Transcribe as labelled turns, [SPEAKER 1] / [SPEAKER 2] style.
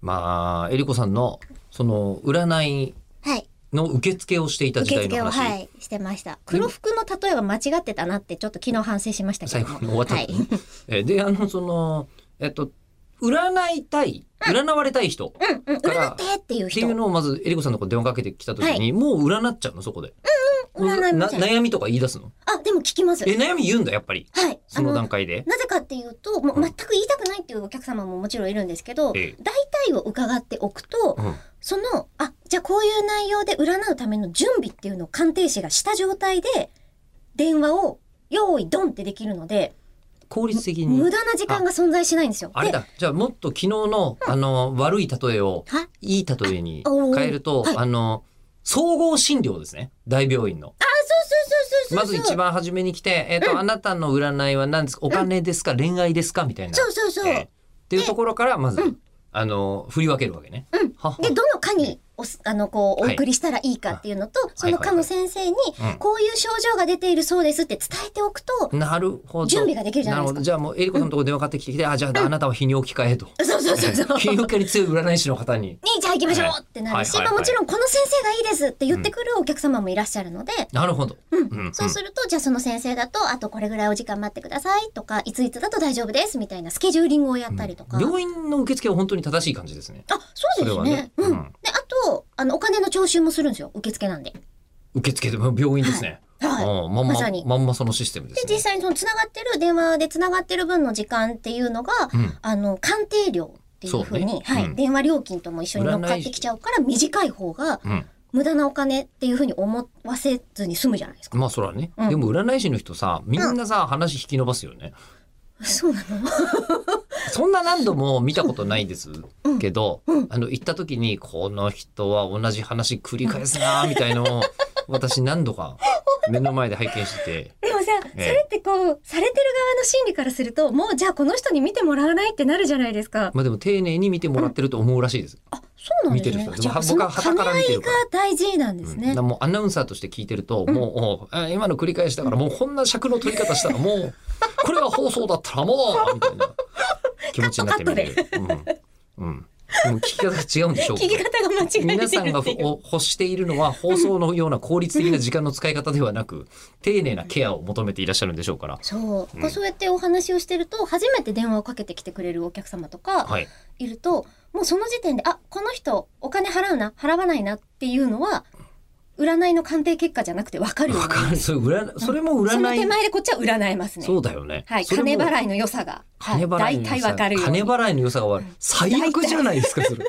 [SPEAKER 1] まあ、えりこさんの、その、占い
[SPEAKER 2] はい。
[SPEAKER 1] の受付をしていた時代の
[SPEAKER 2] 受付を、
[SPEAKER 1] 話。
[SPEAKER 2] はい、してました。黒服の例えは間違ってたなって、ちょっと昨日反省しましたけ
[SPEAKER 1] 最
[SPEAKER 2] ど
[SPEAKER 1] 後
[SPEAKER 2] も。
[SPEAKER 1] に終わっちゃ
[SPEAKER 2] は
[SPEAKER 1] った
[SPEAKER 2] い
[SPEAKER 1] のね、。えで、あの、その、えっと、占いたい、占われたい人っ
[SPEAKER 2] うん、うん、占ってっていう
[SPEAKER 1] て
[SPEAKER 2] 人。
[SPEAKER 1] いうのをまず、えりこさんのとこ電話かけてきた時に、
[SPEAKER 2] はい
[SPEAKER 1] もう占っちゃうの、そこで。
[SPEAKER 2] 占いま
[SPEAKER 1] な
[SPEAKER 2] せん。
[SPEAKER 1] 悩みとか言い出すの
[SPEAKER 2] あ、でも聞きます。
[SPEAKER 1] え、悩み言うんだ、やっぱり。
[SPEAKER 2] はい。
[SPEAKER 1] その段階で。
[SPEAKER 2] なぜかっていうと、もう全く言いたくないっていうお客様ももちろんいるんですけど、
[SPEAKER 1] ええ
[SPEAKER 2] 大体を伺っておくと
[SPEAKER 1] う、ん。
[SPEAKER 2] その、あ、じゃあこういう内容で占うための準備っていうのを鑑定士がした状態で、電話を用意ドンってできるので、
[SPEAKER 1] 効率的に
[SPEAKER 2] 無。駄な時間が存在しないんですよ。
[SPEAKER 1] あれだ。じゃあ、もっと昨日の、あの、悪い例えを
[SPEAKER 2] で。、はい。
[SPEAKER 1] いい例えに
[SPEAKER 2] あおー
[SPEAKER 1] 変えると、
[SPEAKER 2] はい
[SPEAKER 1] あの、総合診療ですね。大病院の。
[SPEAKER 2] あ、そうそうそうそうそう。
[SPEAKER 1] まず一。番初めに来て、えっ、と、あなたの占いは何ですかお金ですか、恋愛ですかみたいな。
[SPEAKER 2] そうそうそう。
[SPEAKER 1] えーっていうところから、まず、あの、振り分けるわけね。
[SPEAKER 2] うん
[SPEAKER 1] はは
[SPEAKER 2] で、どの科におす、あの、こう、お
[SPEAKER 1] はい
[SPEAKER 2] 送りしたらいいかっていうのと、その科の先生に
[SPEAKER 1] いはいうん、
[SPEAKER 2] こういう症状が出ているそうですって伝えておくと、
[SPEAKER 1] なるほど。
[SPEAKER 2] 準備ができるじゃないですか
[SPEAKER 1] るほど。じゃあもう、エリコさんのところに電話かかってきて、あ、じゃあ、あなたは泌尿器科へと。
[SPEAKER 2] そうそうそ うそう。
[SPEAKER 1] 泌尿器科に強い占い師の方に。
[SPEAKER 2] に、じゃあ行きましょうってなるし、
[SPEAKER 1] はいはいは
[SPEAKER 2] まあ
[SPEAKER 1] い
[SPEAKER 2] もちろんこの先生がいいですって言ってくるお客様もいらっしゃるので、
[SPEAKER 1] なるほど。
[SPEAKER 2] うん
[SPEAKER 1] うん
[SPEAKER 2] そうすると、じゃあその先生だと、あとこれぐらいお時間待ってくださいとか、いついつだと大丈夫ですみたいなスケジューリングをやったりとか。
[SPEAKER 1] 病院の受付は本当に正しい感じですね。
[SPEAKER 2] あ、そうです
[SPEAKER 1] そ
[SPEAKER 2] ね
[SPEAKER 1] れはね
[SPEAKER 2] うん。
[SPEAKER 1] うん
[SPEAKER 2] で、あと、あの、お金の徴収もするんですよ。受付なんで。
[SPEAKER 1] 受付でも病院ですね。
[SPEAKER 2] はいはい
[SPEAKER 1] うんまん
[SPEAKER 2] ま
[SPEAKER 1] ま
[SPEAKER 2] さに
[SPEAKER 1] まんまそのシステムで
[SPEAKER 2] で、
[SPEAKER 1] すね。
[SPEAKER 2] 実際にその繋がってる、電話で繋がってる分の時間っていうのが、
[SPEAKER 1] うん
[SPEAKER 2] あの、鑑定料っていうふうに、
[SPEAKER 1] そうね
[SPEAKER 2] はい、
[SPEAKER 1] うん
[SPEAKER 2] 電話料金とも一緒に乗っかってきちゃうから、短い方が、
[SPEAKER 1] うん。
[SPEAKER 2] 無駄なお金っていうふうに思わせずに済むじゃ ないですか。
[SPEAKER 1] まあそらね、
[SPEAKER 2] うん
[SPEAKER 1] でも占い師の人さみんなさ、話引き伸ばすよね
[SPEAKER 2] そうなの
[SPEAKER 1] そんな何度も見たことないですけど、
[SPEAKER 2] うん
[SPEAKER 1] あの行った時にこの人は同じ話繰り返すなーみたい のを私何度か目の前で拝見してて
[SPEAKER 2] でもさ、そ
[SPEAKER 1] え
[SPEAKER 2] れってこう、されてる側の心理からすると、もうじゃあこの人に見てもらわないってなるじゃないですか。
[SPEAKER 1] まあでも丁寧に見てもらってると思うらしいです、
[SPEAKER 2] あ、そうなんです
[SPEAKER 1] 見て
[SPEAKER 2] ね。
[SPEAKER 1] る人
[SPEAKER 2] あじゃあ、
[SPEAKER 1] 僕
[SPEAKER 2] その
[SPEAKER 1] は
[SPEAKER 2] 兼ね
[SPEAKER 1] 傍から見
[SPEAKER 2] 合
[SPEAKER 1] て
[SPEAKER 2] い
[SPEAKER 1] る
[SPEAKER 2] が
[SPEAKER 1] から
[SPEAKER 2] 大事なんで
[SPEAKER 1] う
[SPEAKER 2] す
[SPEAKER 1] んだか
[SPEAKER 2] ね
[SPEAKER 1] ら。もうアナウンサーとして聞いてると、もうおうあ今の繰り返しだからもうこんな尺の取り方したらもうこれが放送だったらもうみたいな気持ちになってみる。うんうん、でも聞き方が違うんでしょう
[SPEAKER 2] 聞
[SPEAKER 1] けど
[SPEAKER 2] き方が間違えてるっていう。
[SPEAKER 1] 皆さんがお欲しているのは放送のような効率的な時間の使い方ではな く丁寧なケアを求めていらっしゃるんでしょうから。
[SPEAKER 2] そうう、
[SPEAKER 1] ん
[SPEAKER 2] こうそうやってお話をしてると、初めて電話をかけてきてくれるお客様とか
[SPEAKER 1] はい、
[SPEAKER 2] いると、もうその時点で、あ、この人お金払うな、払わないなっていうのは、占いの鑑定結果じゃなくて分かるよう
[SPEAKER 1] わ
[SPEAKER 2] にな
[SPEAKER 1] か
[SPEAKER 2] る。
[SPEAKER 1] るそれ占それも
[SPEAKER 2] その
[SPEAKER 1] 占い
[SPEAKER 2] 手前でこっちは占えますね。
[SPEAKER 1] そうだよね。
[SPEAKER 2] はい、
[SPEAKER 1] それ
[SPEAKER 2] 金
[SPEAKER 1] も
[SPEAKER 2] 払いの良さが。はい
[SPEAKER 1] 金払い
[SPEAKER 2] 大
[SPEAKER 1] の良
[SPEAKER 2] 体
[SPEAKER 1] さ
[SPEAKER 2] 分かるように。
[SPEAKER 1] 金払いの良さが悪い最悪じゃないですかそれ。